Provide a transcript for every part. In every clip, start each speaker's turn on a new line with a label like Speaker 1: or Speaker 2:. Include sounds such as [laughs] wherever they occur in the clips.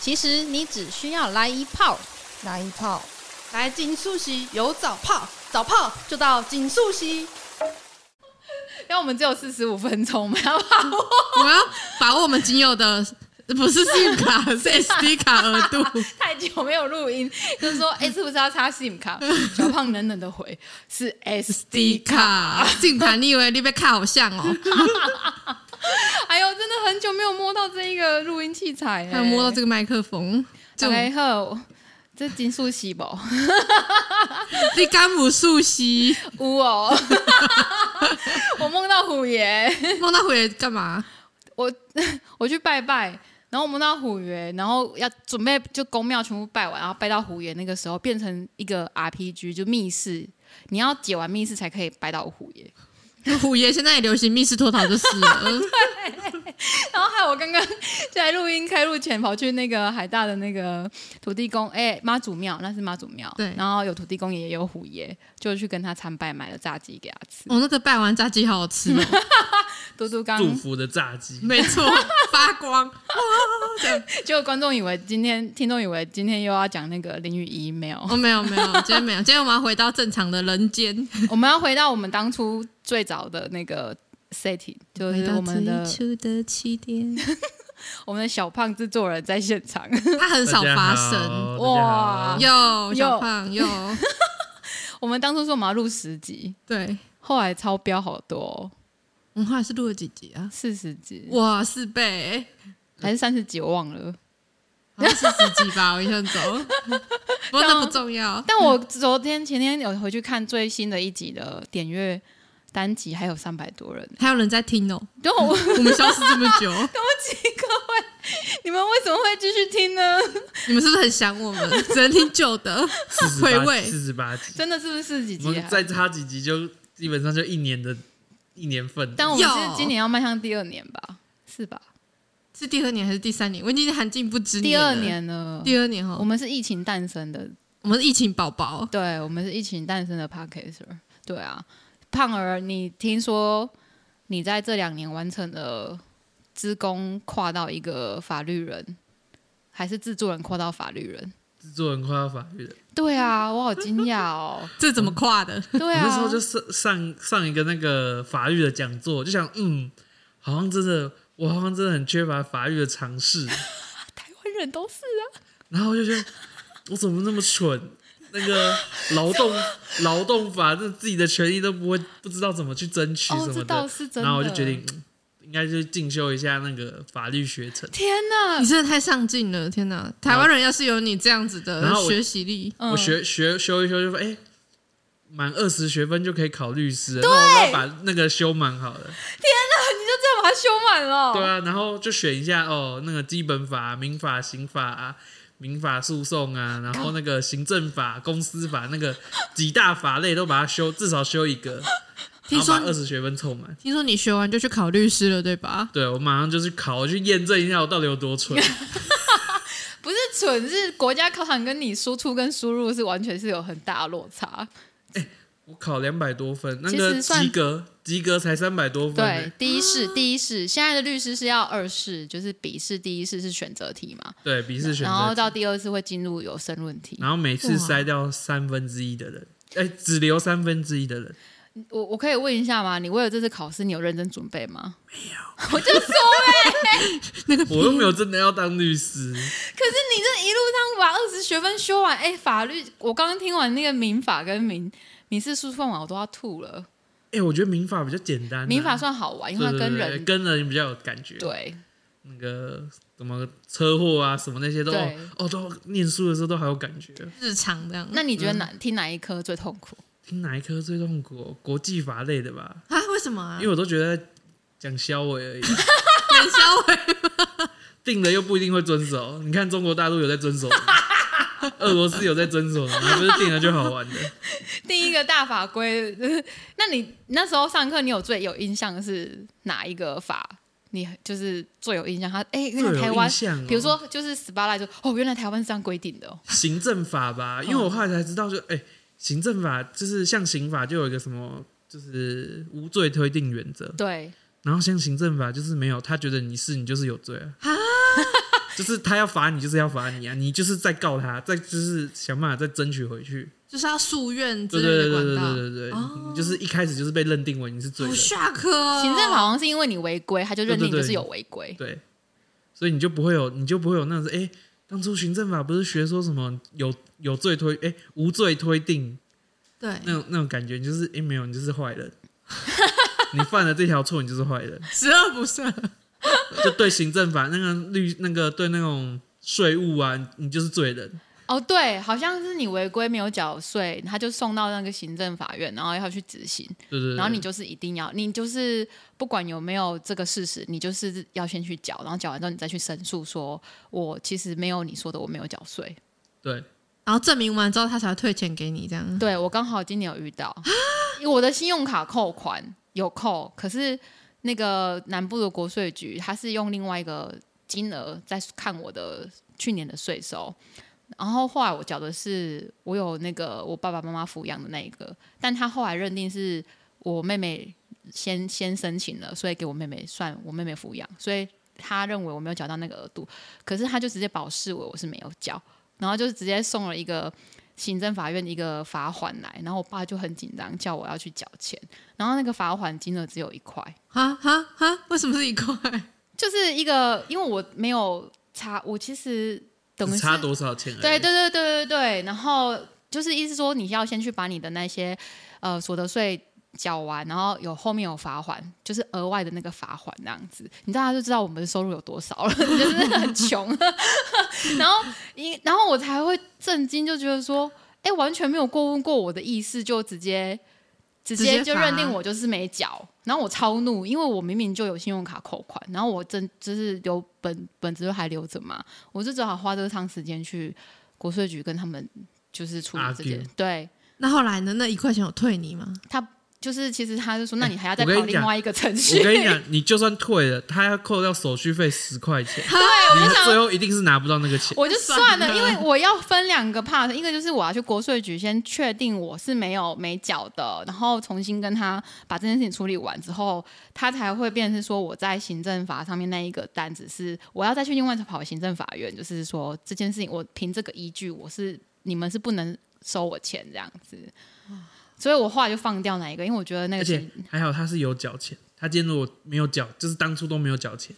Speaker 1: 其实你只需要来一炮。
Speaker 2: 来一炮，
Speaker 3: 来金素溪有早泡，早泡就到金素溪。
Speaker 4: 因为我们只有四十五分钟，我们要把握。
Speaker 5: 我要把握我们仅有的，不是信用卡，是 SD 卡额度。
Speaker 4: [laughs] 太久没有录音，就是说，哎、是不是要插 SIM 卡？小胖冷冷的回，是 SD
Speaker 5: SD
Speaker 4: 卡。
Speaker 5: 卡，信用卡，你以为你被卡好像哦？
Speaker 4: 哎呦，真的很久没有摸到这一个录音器材、欸，
Speaker 5: 还有摸到这个麦克风，就
Speaker 4: 大家好，这金素喜不？
Speaker 5: 你干母素汐，
Speaker 4: 呜哦， [laughs] 我梦到虎爷，
Speaker 5: 梦到回来干嘛？
Speaker 4: 我 [laughs] 我去拜拜，然后我梦到虎爷，然后要准备就宫庙全部拜完，然后拜到虎爷那个时候变成一个 RPG，就密室，你要解完密室才可以拜到虎爷。
Speaker 5: [laughs] 虎爷现在也流行密室脱逃就是了。嗯
Speaker 4: 然后还有我刚 [laughs] 刚在录音开录前跑去那个海大的那个土地公，哎、妈祖庙，那是妈祖庙，
Speaker 5: 对
Speaker 4: 然后有土地公爷也有虎爷，就去跟他参拜，买了炸鸡给他吃。
Speaker 5: 哦
Speaker 6: 哦
Speaker 5: 我、那个拜完炸鸡好好吃哦， [laughs]
Speaker 4: 嘟嘟刚
Speaker 6: 祝福的炸
Speaker 4: 嗯
Speaker 6: 鸡，
Speaker 5: 没错，发光。
Speaker 4: 就观众以为今天听众以为今天又要讲那个淋雨衣没有，
Speaker 5: 哦，没有没有，今天没有，今天我们要回到正常的人间。
Speaker 4: [laughs] 我们要回到我们当初最早的那个 setting，就是我们的
Speaker 5: 初的起 [laughs] 点，
Speaker 4: 我们的小胖制作人在现场。 [laughs]
Speaker 5: 它很少发生。
Speaker 4: 哇
Speaker 6: 哇！
Speaker 5: 有
Speaker 4: 有
Speaker 5: 小胖有，
Speaker 4: 我们当初说我们要录十集，
Speaker 5: 对，
Speaker 4: 后来超标好多、哦，
Speaker 5: [laughs] 我们后来是录了几集啊？
Speaker 4: 四十集
Speaker 5: 哇，四倍，
Speaker 4: 还是三十集，我忘了。
Speaker 5: 好像四十集吧，我印象中。不过那不重要，
Speaker 4: 但我昨天前天有回去看最新的一集的点阅单集，还有三百多人。 [laughs]
Speaker 5: 还有人在听哦。
Speaker 4: 然后我
Speaker 5: 我们消失这么久，
Speaker 4: [laughs] 你们为什么会继续听呢？
Speaker 5: 你们是不是很想我们？只能听旧的，
Speaker 4: [laughs]
Speaker 5: 回味
Speaker 6: 四十八集，
Speaker 4: 真的是不是四十几集、
Speaker 6: 我
Speaker 4: 啊
Speaker 6: 们？再差几集就基本上就一年的一年份。
Speaker 4: 但我们
Speaker 5: 有
Speaker 4: 是今年要迈向第二年吧？是吧？
Speaker 5: 是第二年还是第三年？我已经含进不知
Speaker 4: 第
Speaker 5: 了
Speaker 4: 二，年了，
Speaker 5: 第二年哦
Speaker 4: 我。们是疫情诞生的，
Speaker 5: 我们是疫情宝宝，
Speaker 4: 对，我们是疫情诞生的 p a c k a g e 对啊，胖儿，你听说你在这两年完成了职工跨到一个法律人，还是制作人跨到法律人？
Speaker 6: 制作人快要法律了，
Speaker 4: 对啊，我好惊讶
Speaker 6: [laughs]
Speaker 4: 哦。
Speaker 5: 这怎么跨的？
Speaker 4: 对
Speaker 6: 我
Speaker 4: 啊，
Speaker 6: 那时候就上上上一个那个法律的讲座，就想嗯，好像真的我好像真的很缺乏法律的常识， [laughs]
Speaker 4: 台湾人都是啊，
Speaker 6: 然后我就觉得我怎么那么蠢？那个劳
Speaker 4: [laughs]
Speaker 6: 动劳动法，这自己的权益都不会不知道怎么去争取
Speaker 4: 哦
Speaker 6: 什，
Speaker 4: 这
Speaker 6: 么的，
Speaker 4: 倒是真的。
Speaker 6: 然后我就决定，嗯应该就是进修一下那个法律学程。
Speaker 4: 天哪
Speaker 5: 你，真的太上进了，天哪！台湾人要是有你这样子的
Speaker 6: 然后我
Speaker 5: 学习力，
Speaker 4: 嗯
Speaker 6: 我学学修一修就说，哎、满二十学分就可以考律师了，那我要把那个修满好了。
Speaker 4: 这样把它修满了。哦
Speaker 6: 对啊，然后就选一下哦，那个基本法、民法、刑法啊。民法诉讼啊，然后那个行政法、公司法那个几大法类都把它修，至少修一个，
Speaker 5: 听
Speaker 6: 然后
Speaker 5: 说
Speaker 6: 把二十学分凑满。
Speaker 5: 听说你学完就去考律师了，对吧？
Speaker 6: 对我马上就去考，我去验证一下我到底有
Speaker 4: [laughs]
Speaker 6: 多蠢。
Speaker 4: 不是蠢，是国家考场跟你输出跟输入是完全是有很大的落差。
Speaker 6: 我考两百多分，那
Speaker 4: 其
Speaker 6: 个
Speaker 4: 实算
Speaker 6: 及格及格才三百多分、
Speaker 4: 对
Speaker 6: 欸，，
Speaker 4: 第一试，第一试，现在的律师是要二试，就是笔试，第一试是选择题嘛，
Speaker 6: 对笔试选
Speaker 4: 然后
Speaker 6: 择题，嗯
Speaker 4: 到第二次会进入有申论题。
Speaker 6: 然后每次筛掉三分之一的人，哎、只留三分之一的人，
Speaker 4: 我我可以问一下吗？你为了这次考试，你有认真准备吗？ [laughs]
Speaker 6: 我又没有真的要当律
Speaker 4: 可是
Speaker 6: 师，
Speaker 4: 你这一路上把二十学分修完，哎，法律，我刚刚听完那个民法跟民民事诉讼嘛，啊我都要吐了。
Speaker 6: 哎、我觉得民法比较简单啊、
Speaker 4: 民法算好玩，因
Speaker 6: 对
Speaker 4: 为它
Speaker 6: 对
Speaker 4: 跟
Speaker 6: 对
Speaker 4: 人
Speaker 6: 跟人比较有感觉，，
Speaker 4: 对
Speaker 6: 那个什么车祸啊，什么那些都
Speaker 4: 对
Speaker 6: 哦都念书的时候都还有感觉。
Speaker 5: 日常这样。
Speaker 4: 那你觉得哪
Speaker 6: 嗯
Speaker 4: 听哪一科最痛苦？
Speaker 6: 听哪一科最痛苦？国际法类的吧，
Speaker 5: 啊？为什么啊
Speaker 6: 因为？我都觉得在讲消委而已啊、
Speaker 5: 很消委，
Speaker 6: 定了又不一定会遵守。你看中国大陆有在遵守吗， [laughs] 俄罗斯有在遵守吗，还不是定了就好玩的。
Speaker 4: 第一个大法规， [laughs] 那你那时候上课，你有最有印象的是哪一个法？你就是最有印象，他哎、 [laughs] 那
Speaker 6: 最
Speaker 4: 个
Speaker 6: 有
Speaker 4: 台湾
Speaker 6: 印象哦，
Speaker 4: 比如说就是十八赖就哦，原来台湾是这样规定的、哦，
Speaker 6: 行政法吧，因为我后来才知道就，哎，行政法就是像刑法就有一个什么。就是无罪推定原则，
Speaker 4: 对，
Speaker 6: 然后像行政法就是没有，他觉得你是你就是有罪啊，就是他要罚你，就是要罚你啊，你就是在告他，再就是想办法再争取回去。
Speaker 5: 就是要诉愿之
Speaker 6: 对
Speaker 5: 类
Speaker 6: 对
Speaker 5: 的
Speaker 6: 对
Speaker 5: 管
Speaker 6: 对对
Speaker 5: 道，
Speaker 6: 对对，你就是一开始就是被认定为你是罪
Speaker 5: 好
Speaker 6: 人，
Speaker 5: shock 哦！
Speaker 4: 行政法好像是因为你违规，他就认定你
Speaker 6: 对对对
Speaker 4: 就是有违规。
Speaker 6: 对，所以你就不会有，你就不会有那种哎、诶当初行政法不是学说什么有有罪推哎、无罪推定
Speaker 5: 对，
Speaker 6: 那种那种感觉，你就是哎、诶没有，你就是坏人， [laughs] 你犯了这条错，你就是坏人。
Speaker 5: 十恶不赦。
Speaker 6: 就对行政法那个律那个对那种税务啊，你就是罪人。
Speaker 4: 哦，对，好像是你违规没有缴税，他就送到那个行政法院，然后要去执行，
Speaker 6: 对对对，
Speaker 4: 然后你就是一定要，你就是不管有没有这个事实，你就是要先去缴，然后缴完之后你再去申诉说，我其实没有你说的我没有缴税。
Speaker 6: 对
Speaker 5: 然后证明完之后，他才会退钱给你，这样。
Speaker 4: 对我刚好今年有遇到， [gasps] 我的信用卡扣款有扣，可是那个南部的国税局他是用另外一个金额在看我的去年的税收，然后后来我缴的是我有那个我爸爸妈妈抚养的那一个，但他后来认定是我妹妹先先申请了，所以给我妹妹算我妹妹抚养，所以他认为我没有缴到那个额度，可是他就直接保视为我是没有缴，然后就直接送了一个行政法院的一个罚款来，然后我爸就很紧张，叫我要去缴钱，然后那个罚款金额只有一块，
Speaker 5: 哈哈哈！为什么是一块？
Speaker 4: 就是一个因为我没有差，我其实等于
Speaker 6: 只
Speaker 4: 是
Speaker 6: 差多少钱而已。
Speaker 4: 对对对对对对，然后就是意思说你要先去把你的那些呃所得税缴完，然后有后面有罚款，就是额外的那个罚款那样子，你大家就知道我们的收入有多少了， [laughs] 就是很穷。 [laughs] 然后一然后我才会震惊，就觉得说，哎，完全没有过问过我的意思，就直接。直
Speaker 5: 直接
Speaker 4: 接就认定
Speaker 5: 罚
Speaker 4: 我就是没缴，然后我超怒，因为我明明就有信用卡扣款，然后我真就是有本本子都还留着嘛，我就只好花这个长时间去国税局跟他们就是处理这件
Speaker 6: Argue，
Speaker 4: 对
Speaker 5: 那后来呢？那一块钱有退你吗？
Speaker 4: 他就是其实他就说，那你还要再
Speaker 6: 哎我跟
Speaker 4: 跑
Speaker 6: 你
Speaker 4: 另
Speaker 6: 讲
Speaker 4: 外一个程序。
Speaker 6: 我跟你讲，你就算退了，他要扣掉手续费十块
Speaker 4: [laughs]
Speaker 6: 钱，
Speaker 4: 我就
Speaker 6: 你
Speaker 4: 想
Speaker 6: 最后一定是拿不到那个钱。
Speaker 4: [laughs] 我就算了，因为我要分两个 part，一个就是我要去国税局先确定我是没有没缴的，然后重新跟他把这件事情处理完之后，他才会变成是说我在行政法上面那一个单子是我要再去另外跑行政法院，就是说这件事情我凭这个依据我是你们是不能收我钱这样子，所以我后来就放掉那一个，因为我觉得那
Speaker 6: 而
Speaker 4: 个
Speaker 6: 且
Speaker 4: 钱
Speaker 6: 还好他是有缴钱，他今天如果没有缴，就是当初都没有缴钱，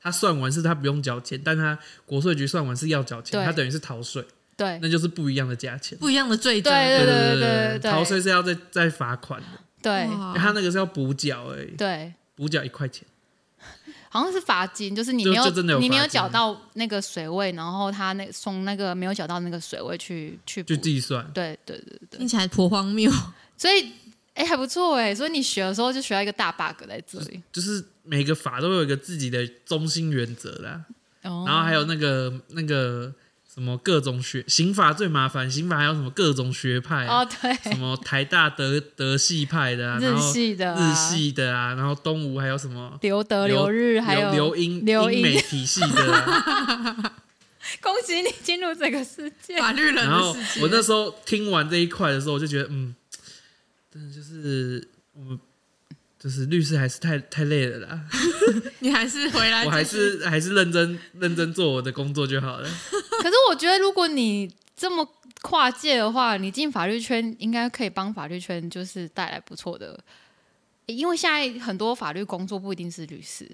Speaker 6: 他算完是他不用缴钱，但他国税局算完是要缴钱，
Speaker 4: 对
Speaker 6: 他等于是逃税，
Speaker 4: 对
Speaker 6: 那就是不一样的价钱。
Speaker 5: 不一样的罪责。
Speaker 4: 对对对对哦对
Speaker 6: 逃税是要再再罚款的，欸
Speaker 4: 对
Speaker 5: 哇
Speaker 6: 他那个是要补缴而已，
Speaker 4: 对。
Speaker 6: 补缴一块钱。
Speaker 4: 好像是罚金，就是你
Speaker 6: 就
Speaker 4: 没有
Speaker 6: 就真的有
Speaker 4: 你没有
Speaker 6: 罚金
Speaker 4: 缴到那个水位，然后他那从那个没有缴到那个水位去去补
Speaker 6: 就计算。
Speaker 4: 对对对对，
Speaker 5: 听起来颇荒谬。
Speaker 4: 所以哎、还不错哎，所以你学的时候就学到一个大 bug 在这里，
Speaker 6: 就是每个法都有一个自己的中心原则啦，
Speaker 4: 哦
Speaker 6: 然后还有那个那个什么各种学刑法最麻烦，刑法还有什么各种学派、啊，
Speaker 4: 哦对，
Speaker 6: 什么台大德德系派的啊，然
Speaker 4: 日
Speaker 6: 后
Speaker 4: 系的、啊、
Speaker 6: 日系的啊，然后东吴还有什么
Speaker 4: 留德留日，还有
Speaker 6: 留英
Speaker 4: 留
Speaker 6: 英美
Speaker 4: 英，
Speaker 6: 体系的、啊，
Speaker 4: 恭喜你进入这个世界。
Speaker 5: [laughs] 法律人
Speaker 6: 然后
Speaker 5: 的世界。
Speaker 6: 我那时候听完这一块的时候，我就觉得嗯，真的就是我们就是律师还是太太累
Speaker 4: [laughs]
Speaker 6: 了啦。
Speaker 5: 你还是回来，
Speaker 6: 我还
Speaker 5: 就是
Speaker 6: 是还是认真认真做我的工作就好
Speaker 4: [laughs]
Speaker 6: 了。
Speaker 4: 可是我觉得，如果你这么跨界的话，你进法律圈应该可以帮法律圈就是带来不错的，因为现在很多法律工作不一定是律师，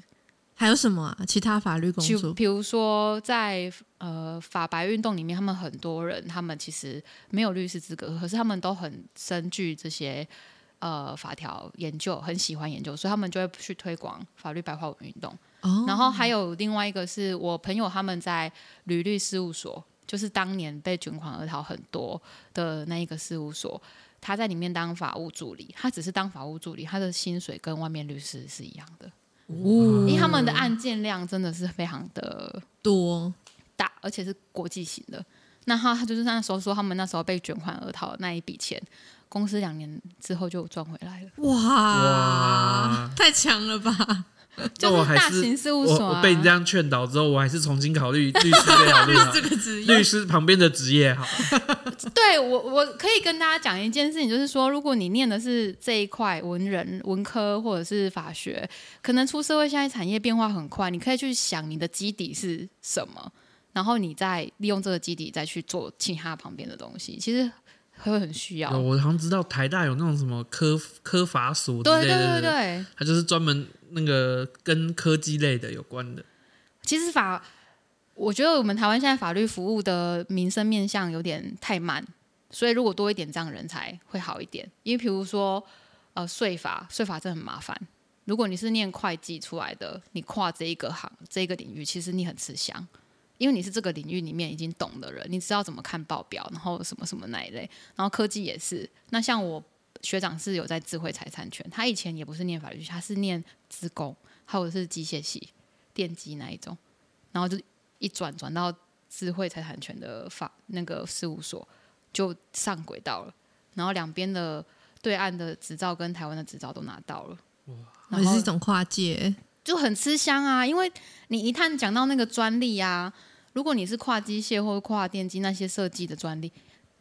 Speaker 5: 还有什么啊？其他法律工
Speaker 4: 就
Speaker 5: 作？
Speaker 4: 比如说在呃法白运动里面，他们很多人他们其实没有律师资格，可是他们都很深具这些呃法条研究，很喜欢研究，所以他们就会去推广法律白话文运动。
Speaker 5: 哦，
Speaker 4: 然后还有另外一个是我朋友他们在履律事务所，就是当年被卷款而逃很多的那一个事务所，他在里面当法务助理，他只是当法务助理，他的薪水跟外面律师是一样的，
Speaker 5: 哦
Speaker 4: 因为他们的案件量真的是非常的
Speaker 5: 多
Speaker 4: 大，而且是国际型的。那他他就是那时候说，他们那时候被卷款而逃的那一笔钱，公司两年之后就赚回来了。
Speaker 5: 哇，太强
Speaker 6: [laughs]
Speaker 5: 了吧！
Speaker 4: 就
Speaker 6: 那我
Speaker 4: 是
Speaker 6: 还
Speaker 4: 大
Speaker 6: 是
Speaker 4: 型事务所、
Speaker 6: 我
Speaker 4: 啊
Speaker 6: 我被你这样劝导之后，我还是重新考虑律师这条
Speaker 4: [laughs]
Speaker 6: 路好
Speaker 5: 这
Speaker 6: 了。
Speaker 5: 个职业
Speaker 6: 律师旁边的职业好了，
Speaker 4: 对我，我可以跟大家讲一件事情，就是说，如果你念的是这一块文人文科或者是法学，可能出社会现在产业变化很快，你可以去想你的基底是什么。然后你再利用这个基底再去做其他旁边的东西，其实会很需要。
Speaker 6: 有我好像知道台大有那种什么科科法所之
Speaker 4: 对
Speaker 6: 类
Speaker 4: 对
Speaker 6: 的，
Speaker 4: 对对，
Speaker 6: 它就是专门那个跟科技类的有关的。
Speaker 4: 其实法，我觉得我们台湾现在法律服务的民生面向有点太慢，所以如果多一点这样的人才会好一点。因为比如说，呃，税法，税法真的很麻烦。如果你是念会计出来的，你跨这一个行这一个领域，其实你很吃香，因为你是这个领域里面已经懂的人，你知道怎么看报表，然后什么什么那一类。然后科技也是，那像我学长是有在智慧财产权，他以前也不是念法律系，他是念资工，还有是机械系。电机那一种，然后就一转转到智慧财产权的法那个事务所，就上轨道了。然后两边的对岸的执照跟台湾的执照都拿到了，哇，
Speaker 5: 也是一种跨界，
Speaker 4: 就很吃香啊。因为你一旦讲到那个专利啊，如果你是跨机械或跨电机那些设计的专利，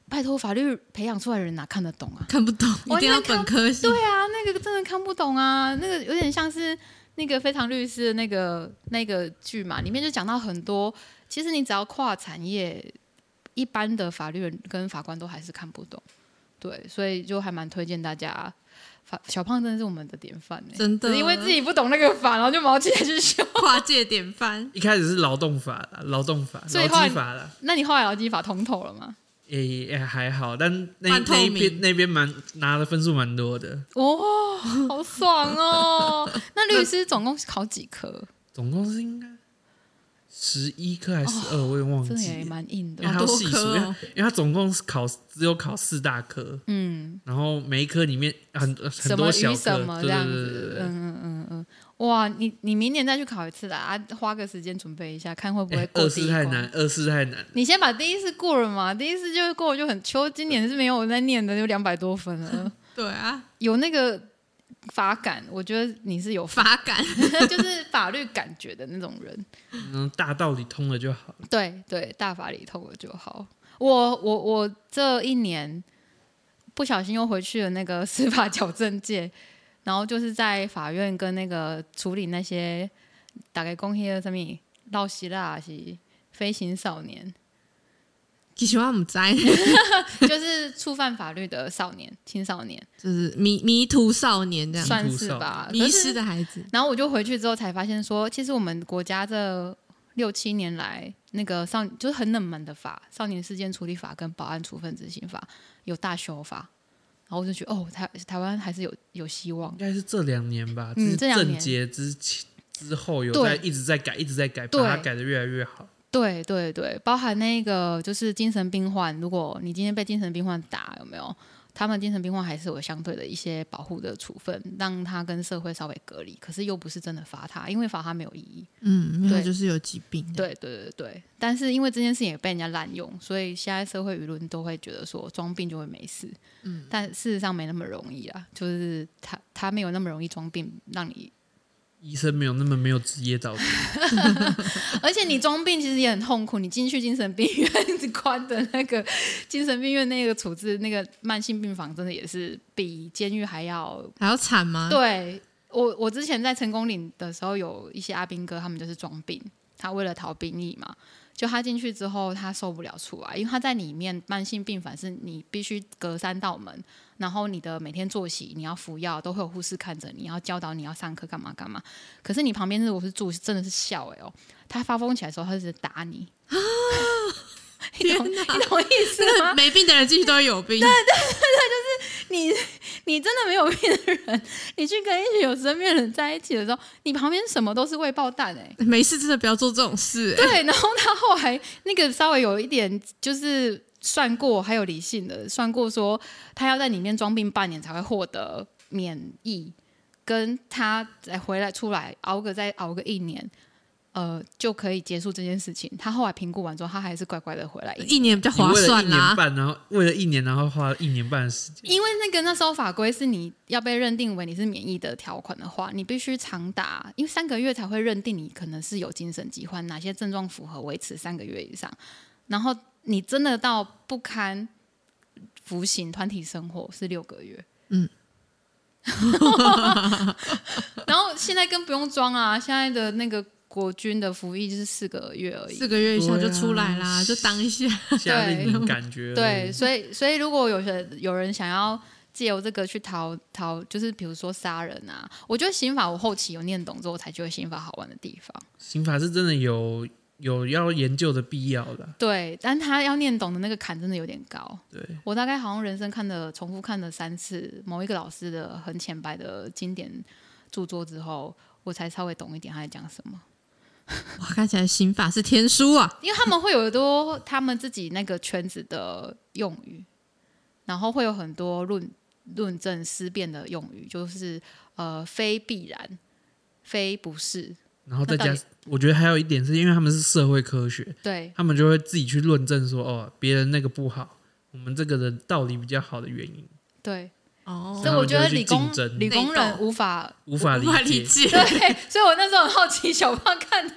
Speaker 4: 拜托法律培养出来的人哪看得懂啊？
Speaker 5: 看不懂，一
Speaker 4: 完全
Speaker 5: 定要本科系。
Speaker 4: 对啊，那个真的看不懂啊，那个有点像是那个《非常律师》的那个那个剧嘛，里面就讲到很多，其实你只要跨产业，一般的法律人跟法官都还是看不懂。对，所以就还蛮推荐大家。法小胖真的是我们的典范欸
Speaker 5: 真的
Speaker 4: 只是因为自
Speaker 5: [laughs]
Speaker 4: 己不懂那个法，然后就毛起来去修。
Speaker 5: 跨界典范。
Speaker 6: 一开始是劳动法啦，劳动法、
Speaker 4: 所以
Speaker 6: 劳
Speaker 4: 后来
Speaker 6: 基法啦，
Speaker 4: 那你后来劳基法通透了吗？
Speaker 6: 也也还好，但那
Speaker 5: 半透
Speaker 6: 那一
Speaker 5: 明
Speaker 6: 边那边蛮拿的分数蛮多的，
Speaker 4: 哦，好爽
Speaker 6: [laughs]
Speaker 4: 哦！那律师总共考几科？
Speaker 6: 总共是应该十一科还是十二、我也忘
Speaker 4: 哦真的
Speaker 6: 记
Speaker 4: 也
Speaker 6: 了。
Speaker 4: 蛮硬的
Speaker 6: 因为。它要
Speaker 5: 好多
Speaker 6: 细
Speaker 5: 科
Speaker 6: 数，
Speaker 5: 哦
Speaker 6: 因为因为它总共是考只有考四大科，
Speaker 4: 嗯，
Speaker 6: 然后每一科里面很很
Speaker 4: 什么
Speaker 6: 多小
Speaker 4: 与
Speaker 6: 科，
Speaker 4: 什么这
Speaker 6: 对
Speaker 4: 样
Speaker 6: 对对对
Speaker 4: 子
Speaker 6: 对，对
Speaker 4: 嗯嗯嗯嗯，哇，你你明年再去考一次啦，啊，花个时间准备一下，看嗯会不会
Speaker 6: 哎
Speaker 4: 过
Speaker 6: 二
Speaker 4: 第
Speaker 6: 四
Speaker 4: 一
Speaker 6: 太
Speaker 4: 关
Speaker 6: 难，二四太难，
Speaker 4: 你先把第一次过了嘛，第一次就过了就很秋，今年是没有我在念的，有两百多分了，
Speaker 6: [laughs]
Speaker 5: 对啊，
Speaker 4: 有那个法感，我觉得你是有法， [laughs]
Speaker 5: 法感
Speaker 4: 就是法律感觉的那种人。
Speaker 6: 嗯，大道理通了就好了。
Speaker 4: 对对，大法理通了就好。我我我这一年不小心又回去了那个 [laughs] 司法矫正界，然后就是在法院跟那个处理那些打给公黑的什么绕希腊是飞行少年，
Speaker 5: [laughs]
Speaker 4: [laughs]
Speaker 5: 其实我们在
Speaker 4: 就是触犯法律的少年、青少年，
Speaker 5: [laughs] 就是迷迷途少年这样，
Speaker 4: 算
Speaker 6: 徒
Speaker 4: 是
Speaker 6: 少
Speaker 4: 吧。可
Speaker 5: 迷
Speaker 4: 是
Speaker 5: 失的孩子。
Speaker 4: 然后我就回去之后才发现说，其实我们国家这六七年来，那个少就是很冷门的法《少年事件处理法》跟《保安处分执行法》有大修法，然后我就觉得哦，台台湾还是有有希望
Speaker 6: 应。该是这两年吧，
Speaker 4: 嗯
Speaker 6: 就是
Speaker 4: 这两年
Speaker 6: 政节之前之后有在
Speaker 4: 对
Speaker 6: 一直在改，一直在改，
Speaker 4: 对
Speaker 6: 把它改的越来越好。
Speaker 4: 对对对，包含那个就是精神病患，如果你今天被精神病患打，有没有？他们精神病患还是有相对的一些保护的处分，让他跟社会稍微隔离，可是又不是真的罚他，因为罚他没有意义。
Speaker 5: 嗯，因为他
Speaker 4: 对
Speaker 5: 就是有疾病。，
Speaker 4: 对对对对，但是因为这件事情也被人家滥用，所以现在社会舆论都会觉得说装病就会没事，嗯，但事实上没那么容易啦，就是他他没有那么容易装病，让你，
Speaker 6: 医生没有那么没有职业道德，
Speaker 4: 而且你装病其实也很痛苦，你进去精神病院 [laughs] 关的那个精神病院那个处置那个慢性病房，真的也是比监狱还要
Speaker 5: 还要惨吗？， [laughs]
Speaker 4: 对我，我之前在成功岭的时候，有一些阿兵哥，他们就是装病，他为了逃兵役嘛。就他进去之后，他受不了出来，因为他在里面慢性病反是你必须隔三道门，然后你的每天作息、你要服药，都会有护士看着你，要教导你要上课干嘛干嘛。可是你旁边如果是住，真的是笑哎、哦，他发疯起来的时候，他就直接打你。 [laughs] 你懂你懂意思吗？
Speaker 5: 没病的人进去都会有病。
Speaker 4: 你 [laughs] 你真的没有病的人，你去跟一群有生病的人在一起的时候，你旁边什么都是未爆弹哎、
Speaker 5: [laughs] 没事，真的不要做这种事。哎
Speaker 4: [laughs] 对，然后他后来那个稍微有一点就是算过，还有理性的算过说，他要在里面装病半年才会获得免疫，跟他再回来出来熬个再熬个一年。呃，就可以结束这件事情。他后来评估完之后，他还是乖乖的回来一年
Speaker 5: 一年比较
Speaker 6: 你
Speaker 5: 划
Speaker 6: 为了一
Speaker 5: 算
Speaker 6: 年
Speaker 5: 啦。
Speaker 6: 半，然后为了一年，然后花了一年半的时间，
Speaker 4: 因为那个那时候法规是你要被认定为你是免疫的条款的话，你必须长达因为三个月才会认定你可能是有精神疾患，哪些症状符合维持三个月以上，然后你真的到不堪服刑团体生活是六个 [laughs] 月。
Speaker 5: 嗯。
Speaker 4: 然后现在更不用装啊！现在的那个国军的服役就是四个月而已
Speaker 5: 四。个月以下
Speaker 6: 对
Speaker 5: 就
Speaker 6: 啊
Speaker 5: 出来啦，就当一下。 [laughs]
Speaker 6: 夏令营感觉
Speaker 4: 对，所以所以如果有些有人想要借由这个去逃逃，就是比如说杀人啊，我觉得刑法我后期有念懂之后，我才觉得刑法好玩的地方。
Speaker 6: 刑法是真的有有要研究的必要啦。
Speaker 4: 对，但他要念懂的那个坎真的有点高。
Speaker 6: 对，
Speaker 4: 我大概好像人生看的重复看了三次某一个老师的很浅白的经典著作之后，我才稍微懂一点他在讲什么。
Speaker 5: 哇，看起来刑法是天书啊！
Speaker 4: 因为他们会有很多他们自己那个圈子的用语，然后会有很多论论证思辨的用语，就是呃非必然，非不是，
Speaker 6: 然后再
Speaker 4: 那到
Speaker 6: 加
Speaker 4: 底，
Speaker 6: 我觉得还有一点是因为他们是社会科学，
Speaker 4: 对
Speaker 6: 他们就会自己去论证说，哦，别人那个不好，我们这个的道理比较好的原因，
Speaker 4: 对。
Speaker 5: 哦
Speaker 6: 是，
Speaker 4: 所以我觉得
Speaker 6: 他们就会去
Speaker 4: 理工
Speaker 6: 竞争
Speaker 4: 理工
Speaker 5: 内斗
Speaker 4: 人无法
Speaker 6: 无法理
Speaker 5: 无法
Speaker 6: 解。
Speaker 5: 理解。
Speaker 4: 对， [laughs] 所以我那时候很好奇，小胖看到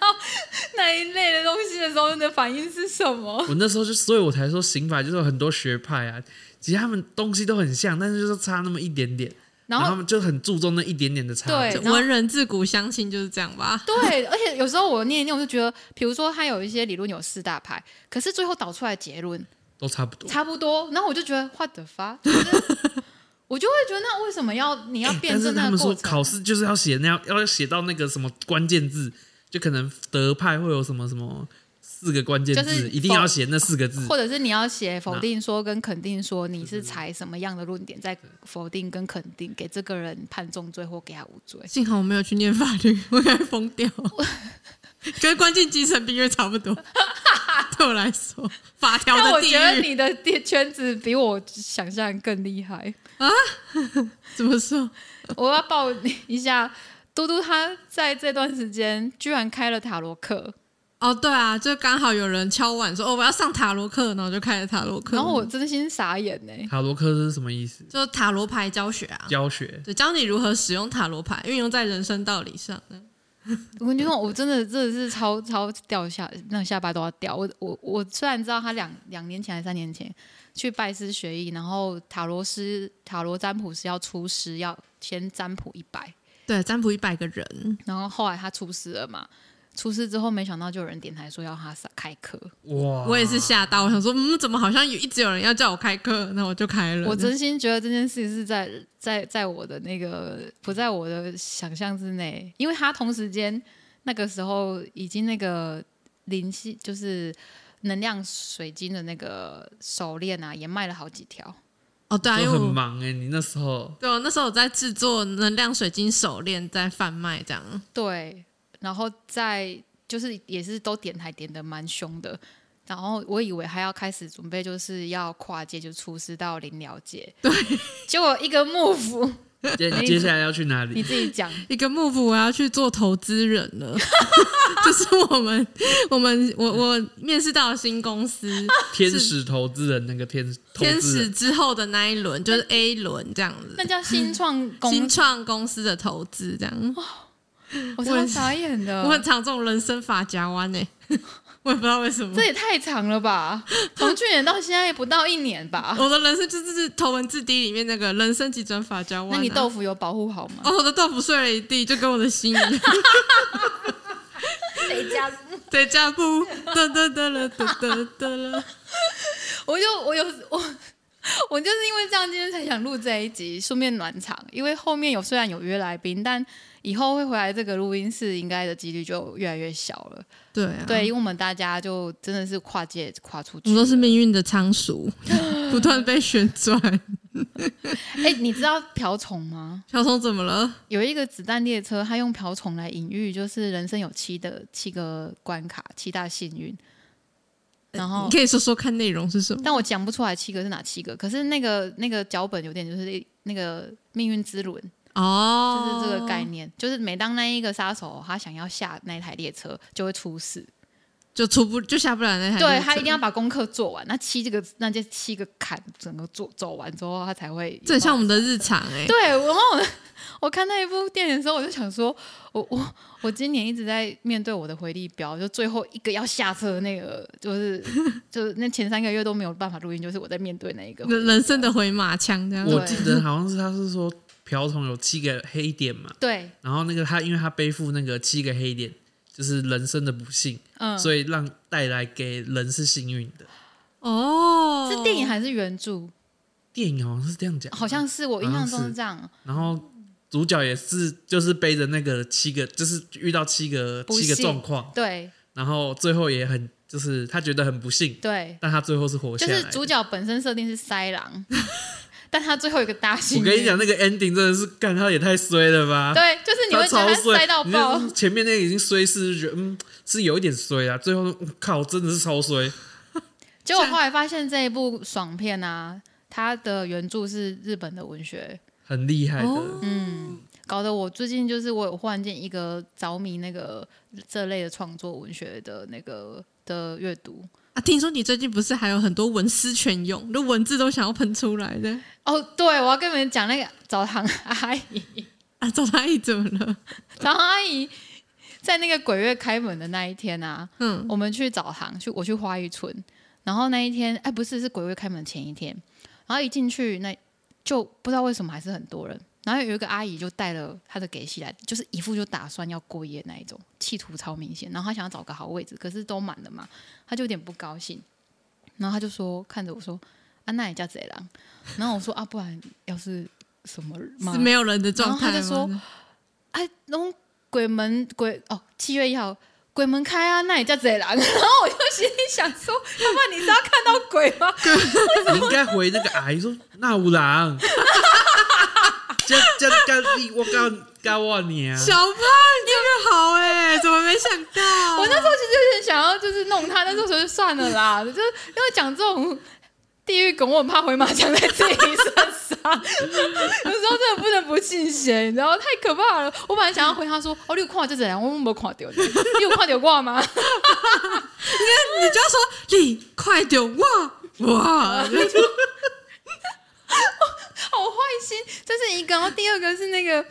Speaker 4: 那一类的东西的时候你的反应是什么？
Speaker 6: 我那时候就，所以我才说刑法就是有很多学派啊，其实他们东西都很像，但是就是差那么一点点，
Speaker 4: 然
Speaker 6: 他
Speaker 4: 后
Speaker 6: 们就很注重那一点点的差。
Speaker 4: 对然后
Speaker 5: 文人自古相亲就是这样吧？
Speaker 4: 对，而且有时候我念一念，我就觉得，比如说它有一些理论有四大派，可是最后导出来的结论
Speaker 6: 都差不多。
Speaker 4: 差不多，然后我就觉得 what the [laughs] fuck，就是我就会觉得那为什么要你要辩
Speaker 6: 但是
Speaker 4: 证
Speaker 6: 他
Speaker 4: 那个
Speaker 6: 们说
Speaker 4: 过程？啊
Speaker 6: 考试就是要写那样，要写到那个什么关键字，就可能德派会有什么什么四个关键字，
Speaker 4: 就是
Speaker 6: 一定要写那四个字。
Speaker 4: 或者是你要写否定说跟肯定说，你是采什么样的论点在否定跟肯定，给这个人判重罪或给他无 [laughs] 罪。
Speaker 5: 幸好我没有去念法律，我应该疯
Speaker 4: [laughs]
Speaker 5: 掉。跟关键精神病院差不多，对我来说，法条
Speaker 4: 但我
Speaker 5: 的地
Speaker 4: 觉得
Speaker 5: 狱
Speaker 4: 你的圈子比我想象更厉 [laughs] 害。
Speaker 5: 怎么说？
Speaker 4: 我要报你一下， [laughs] 嘟嘟他在这段时间居然开了塔罗课，
Speaker 5: 哦，对啊，就刚好有人敲碗说，哦，我要上塔罗课，然后我就开了塔罗课。
Speaker 4: 然后我真心傻眼欸呢、
Speaker 6: 塔罗科是什么意思？
Speaker 5: 就塔罗牌教学啊，
Speaker 6: 教学
Speaker 5: 对，教你如何使用塔罗牌，运用在人生道理上。
Speaker 4: 我跟你说，我真的真的是超超掉下，那下巴都要掉。我我我虽然知道他两两年前还是三年前去拜师学艺，然后塔罗师塔罗占卜师要出师，要先占卜一百，
Speaker 5: 对，占卜一百个人，
Speaker 4: 然后后来他出师了嘛。出师之后，没想到就有人点台说要他上开课，
Speaker 6: 哇，
Speaker 5: 我也是吓到，我想说，嗯，怎么好像有一直有人要叫我开课，那我就开了。
Speaker 4: 我真心觉得这件事是在在在我的那个不在我的想象之内，因为他同时间那个时候已经那个灵系就是能量水晶的那个手链啊，也卖了好几条。
Speaker 5: 哦，对啊，因
Speaker 6: 都
Speaker 5: 为
Speaker 6: 很
Speaker 5: 我
Speaker 6: 忙哎、你那时候
Speaker 5: 对我那时候我在制作能量水晶手链，在贩卖这样。
Speaker 4: 对，然后在就是也是都点台点的蛮凶的，然后我以为还要开始准备，就是要跨界就出师到灵了解，对，结果一个幕府，
Speaker 6: 接
Speaker 4: [laughs] 你
Speaker 6: 接下来要去哪
Speaker 4: 你
Speaker 6: 里？
Speaker 4: 自己讲。
Speaker 5: 一个幕府，我要去做投资人了， [laughs] 就是我们我们我我面试到的新公司，
Speaker 6: 天使投资人那个天投
Speaker 5: 天
Speaker 6: 资
Speaker 5: 使
Speaker 6: 人
Speaker 5: 之后的那一轮就是 A 轮这样子
Speaker 4: 那，叫新创公
Speaker 5: [laughs] 新创公司的投资这样。
Speaker 4: 我超傻眼的，
Speaker 5: 我很常这种人生发夹弯呢、我也不知道为什么
Speaker 4: 这。也太长了吧？从去年到现在也不到一年吧？
Speaker 5: 我的人生就是就是头文字 D 里面那个人生急转发夹弯啊、
Speaker 4: 那你豆腐有保护好吗？
Speaker 5: 哦，我的豆腐碎了一地，就跟我的心一样。
Speaker 1: [laughs] 谁
Speaker 5: [laughs]
Speaker 1: 家
Speaker 5: 对，加布，哒哒哒了，哒哒哒了。
Speaker 4: 我就我有我。我就是因为这样，今天才想录这一集，顺便暖场。因为后面有虽然有约来宾，但以后会回来这个录音室，应该的几率就越来越小了。
Speaker 5: 对啊，
Speaker 4: 对，因为我们大家就真的是跨界跨出
Speaker 5: 我
Speaker 4: 去了，
Speaker 5: 们都是命运的仓鼠，不断被旋转。
Speaker 4: 哎、你知道瓢虫吗？
Speaker 5: 小虫怎么了？
Speaker 4: 有一个子弹列车，它用瓢虫来隐喻，就是人生有七的七个关卡，七大幸运。然后
Speaker 5: 你，可以说说看内容是什么？
Speaker 4: 但我讲不出来七个是哪七个。可是那个那个脚本有点就是那个命运之轮，就
Speaker 5: 哦，
Speaker 4: 是这个概，念。就是每当那一个杀手他想要下那台列车，就会出事。
Speaker 5: 就出不就下不了那台列车。
Speaker 4: 对他一定要把功课做完，那七这个那这七个坎整个做走完之后，他才会。
Speaker 5: 这很像我们的日常哎、
Speaker 4: 对，然后我我看那一部电影的时候，我就想说，我我我今年一直在面对我的回力标，就最后一个要下车的那个，就是 [laughs] 就是那前三个月都没有办法录音，就是我在面对那一个
Speaker 5: 人人生的回马枪这样。
Speaker 6: 我
Speaker 4: 对
Speaker 6: 记得好像是他是说瓢虫有七个黑点嘛，
Speaker 4: 对
Speaker 6: 然后那个他因为他背负那个七个黑点，就是人生的不幸，
Speaker 4: 嗯，
Speaker 6: 所以让带来给人是幸运的。
Speaker 5: 哦，
Speaker 4: 是电影还是原著？
Speaker 6: 电影好像是这样讲，
Speaker 4: 好像是我印象中是这样，
Speaker 6: 然后主角也是就是背着那个七个，就是遇到七个
Speaker 4: 不
Speaker 6: 七个
Speaker 4: 幸
Speaker 6: 状况，
Speaker 4: 对
Speaker 6: 然后最后也很就是他觉得很不幸，
Speaker 4: 对，
Speaker 6: 但他最后是活下
Speaker 4: 就
Speaker 6: 来的。
Speaker 4: 是主角本身设定是塞
Speaker 6: [laughs]
Speaker 4: 狼，但他最后有一个大幸
Speaker 6: 我
Speaker 4: 运。
Speaker 6: 跟你讲，，那个 ending 真的是干他也太衰了
Speaker 4: [laughs]
Speaker 6: 吧？
Speaker 4: 对，就是你
Speaker 6: 他
Speaker 4: 会觉
Speaker 6: 超
Speaker 4: 得他
Speaker 6: 衰，
Speaker 4: 塞到
Speaker 6: 你
Speaker 4: 爆，
Speaker 6: 就前面那个已经衰是就觉得嗯是有一点衰啊，最后我靠真的是超衰。
Speaker 4: 结果后来发现这一部爽片啊，它的原著是日本的文学，
Speaker 6: 很厉害的，
Speaker 5: 哦
Speaker 4: 嗯，搞得我最近就是我有忽然间一个着迷那个这类的创作文学的那个的阅读。
Speaker 5: 啊！听说你最近不是还有很多文思泉涌，那文字都想要喷出来的
Speaker 4: 哦，对，我要跟你们讲那个澡堂阿姨， [laughs]
Speaker 5: 啊！找他一怎么了？
Speaker 4: 澡堂阿姨在那个鬼月开门的那一天啊，
Speaker 5: 嗯，
Speaker 4: 我们去澡堂，去我去花玉村，然后那一天，哎，不是，是鬼月开门前一天，然后一进去，那就不知道为什么还是很多人，然后有一个阿姨就带了她的给戏来，就是一副就打算要过夜那一种，企图超明显，然后她想要找个好位置，可是都满了嘛，她就有点不高兴，然后她就说看着我说，啊，那你叫贼狼，然后我说啊，不然要是什么嘛
Speaker 5: 是没有人的状态吗。
Speaker 4: 然后他就哎，弄鬼门鬼哦，七月一号鬼门开啊，那也叫贼狼。然后我就心里想说，他妈你是要看到鬼吗？
Speaker 6: 哦你应该回那个阿姨说那五郎，这这干你我告告我你啊，
Speaker 5: 小胖，你这个好哎、
Speaker 4: [laughs]
Speaker 5: 怎么没想到？
Speaker 4: 我那时候其实有点想要就是弄他，但是我说就算了啦，就是因为讲这种地狱梗，我很怕回马枪在自己身上，有时候真的不能不信邪，你知道太可怕了。我本来想要回他说，哦，你有看到这贼狼，我没看到，你有看到我吗？ [laughs]
Speaker 5: 你就要说你快点哇哇，
Speaker 4: 好坏心，这是一个。然后第二个是那个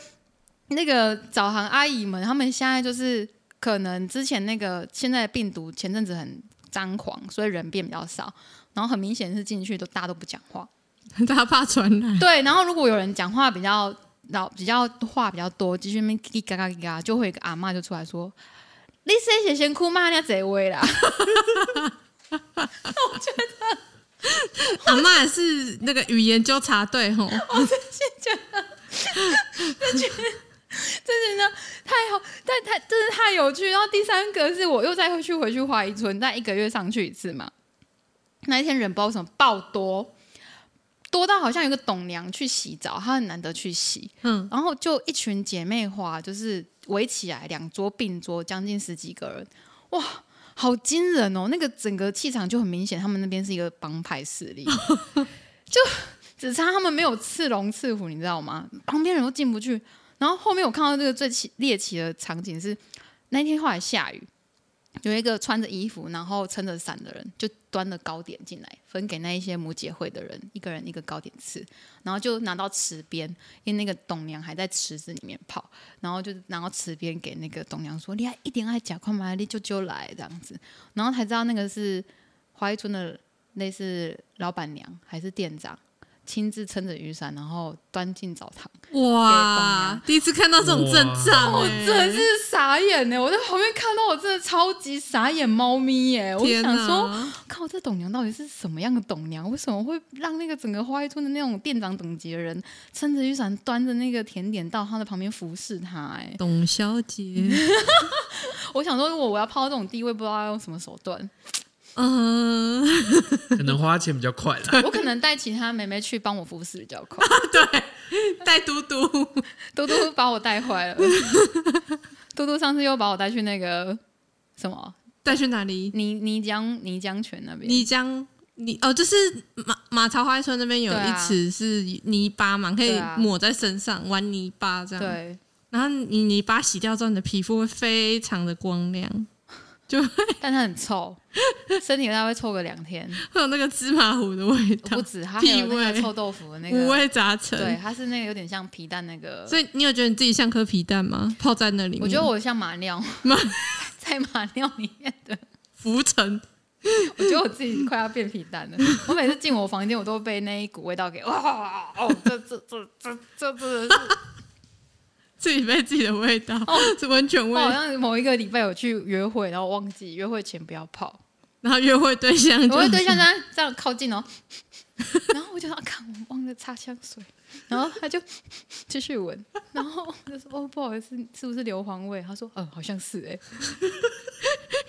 Speaker 4: 那个早行阿姨们，他们现在就是可能之前那个现在病毒前阵子很张狂，所以人变比较少。然后很明显是进去都大家都不讲话，
Speaker 5: [laughs] 大家怕传染。
Speaker 4: 对。然后如果有人讲话比较老、比较话比较多，继续那边叽叽嘎嘎叽嘎，就会有一个阿嬷就出来说：“你谁先先哭骂人家这位啦
Speaker 5: 阿妈也是那个语言纠察队吼，
Speaker 4: 真的太好，但太真的太有趣。然后第三个是我又再回去回去花一村，但一个月上去一次嘛。那一天人不知道为什么爆多，多到好像有个董娘去洗澡，她很难得去洗，
Speaker 5: 嗯，
Speaker 4: 然后就一群姐妹花就是围起来，两桌并桌，将近十几个人，哇！好惊人哦！那个整个气场就很明显，他们那边是一个帮派势力，就只差他们没有刺龙刺虎，你知道吗？旁边人都进不去。然后后面我看到这个最奇猎奇的场景是，那一天后来下雨，有一个穿着衣服然后撑着伞的人，就端了糕点进来，分给那一些母姐会的人，一个人一个糕点吃，然后就拿到池边，因为那个董娘还在池子里面泡，然后就拿到池边给那个董娘说：“你还一点爱假快嘛，你就就来这样子。”然后才知道那个是花一村的类似老板娘还是店长。亲自撑着雨伞，然后端进澡堂，
Speaker 5: 哇，第一次看到这种阵仗、
Speaker 4: 我
Speaker 5: 哎
Speaker 4: 真的是傻眼欸呢！我在旁边看到，我真的超级傻眼猫咪耶！我就
Speaker 5: 天
Speaker 4: 想
Speaker 5: 哪
Speaker 4: 说，靠，这董娘到底是什么样的董娘？为什么会让那个整个花艺村的那种店长等级的人，撑着雨伞端着那个甜点到他的旁边服侍他？哎，
Speaker 5: 董小姐，
Speaker 4: 我想说，如果我要泡到这种地位，不知道要用什么手段。
Speaker 5: 嗯、
Speaker 4: [laughs]
Speaker 5: [laughs]
Speaker 6: [laughs] 可能花钱比较快啦。
Speaker 4: 我可能带其他妹妹去帮我服侍比较快，
Speaker 5: 带嘟嘟，
Speaker 4: 嘟嘟把我带坏了。 [laughs] 嘟嘟上次又把我带去那个什么
Speaker 5: 带去哪里？
Speaker 4: 泥泥浆泥浆泉那边，
Speaker 5: 泥浆。你哦，就是马马槽花村那边有
Speaker 4: 对
Speaker 5: 一
Speaker 4: 啊
Speaker 5: 池是泥巴嘛，可以
Speaker 4: 对啊
Speaker 5: 抹在身上玩泥巴这样。
Speaker 4: 对。
Speaker 5: 然后你泥巴洗掉之后，你的皮肤会非常的光亮，
Speaker 4: 但它很臭， [laughs] 身体大概会臭个两
Speaker 5: [laughs]
Speaker 4: 天，
Speaker 5: 会有那个芝麻糊的味道
Speaker 4: 不，止。它还有
Speaker 5: 屁
Speaker 4: 那个
Speaker 5: 味
Speaker 4: 臭豆腐的那
Speaker 5: 五
Speaker 4: 个，
Speaker 5: 味杂陈。
Speaker 4: 对，它是那个有点像皮蛋那个。
Speaker 5: 所以你有觉得你自己像颗皮蛋吗？泡在那里面，
Speaker 4: 我觉得我像马尿， [laughs] 在马尿里面的，
Speaker 5: 浮沉。 [laughs]
Speaker 4: 我觉得我自己快要变皮蛋了。我每次进我房间，我都
Speaker 5: [laughs]
Speaker 4: 被那一股味道给哇哦，这这这这这这，
Speaker 5: 自己被自己的味道，是温泉味
Speaker 4: 哦我。好像某一个礼拜有去约会，然后忘记约会前不要泡，
Speaker 5: 然后约会对 [laughs] 象就
Speaker 4: 我会对象这样这样靠近哦， [laughs] 然后我就说啊看我忘了擦香水，然后他就继续闻，然后我就说哦不好意思，是不是硫磺味？他说嗯好像是哎、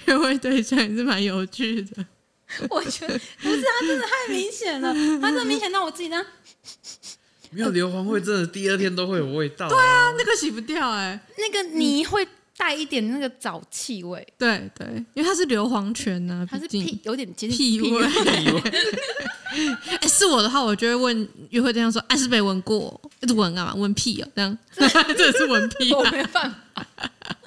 Speaker 5: 约会对象也是蛮有趣的。
Speaker 4: [laughs] 我觉得不是他真的太明显了，他真的明显到我自己这样，
Speaker 6: 没有硫磺会真的第二天都会有味道、对啊，
Speaker 5: 那个洗不掉哎、
Speaker 4: 那个泥会带一点那个沼气味，
Speaker 5: 对对，因为它是硫磺泉呐、啊，
Speaker 4: 它是
Speaker 5: 毕竟
Speaker 4: 屁有点接近
Speaker 5: 屁
Speaker 4: 屁
Speaker 5: 味。 [laughs] 哎、是我的话，我就会问约会对象说：“哎、是被闻过？一直闻干嘛？闻屁哦、这样 [laughs] 这是闻屁、
Speaker 4: 我 [laughs]
Speaker 5: 啊。
Speaker 4: 没办法。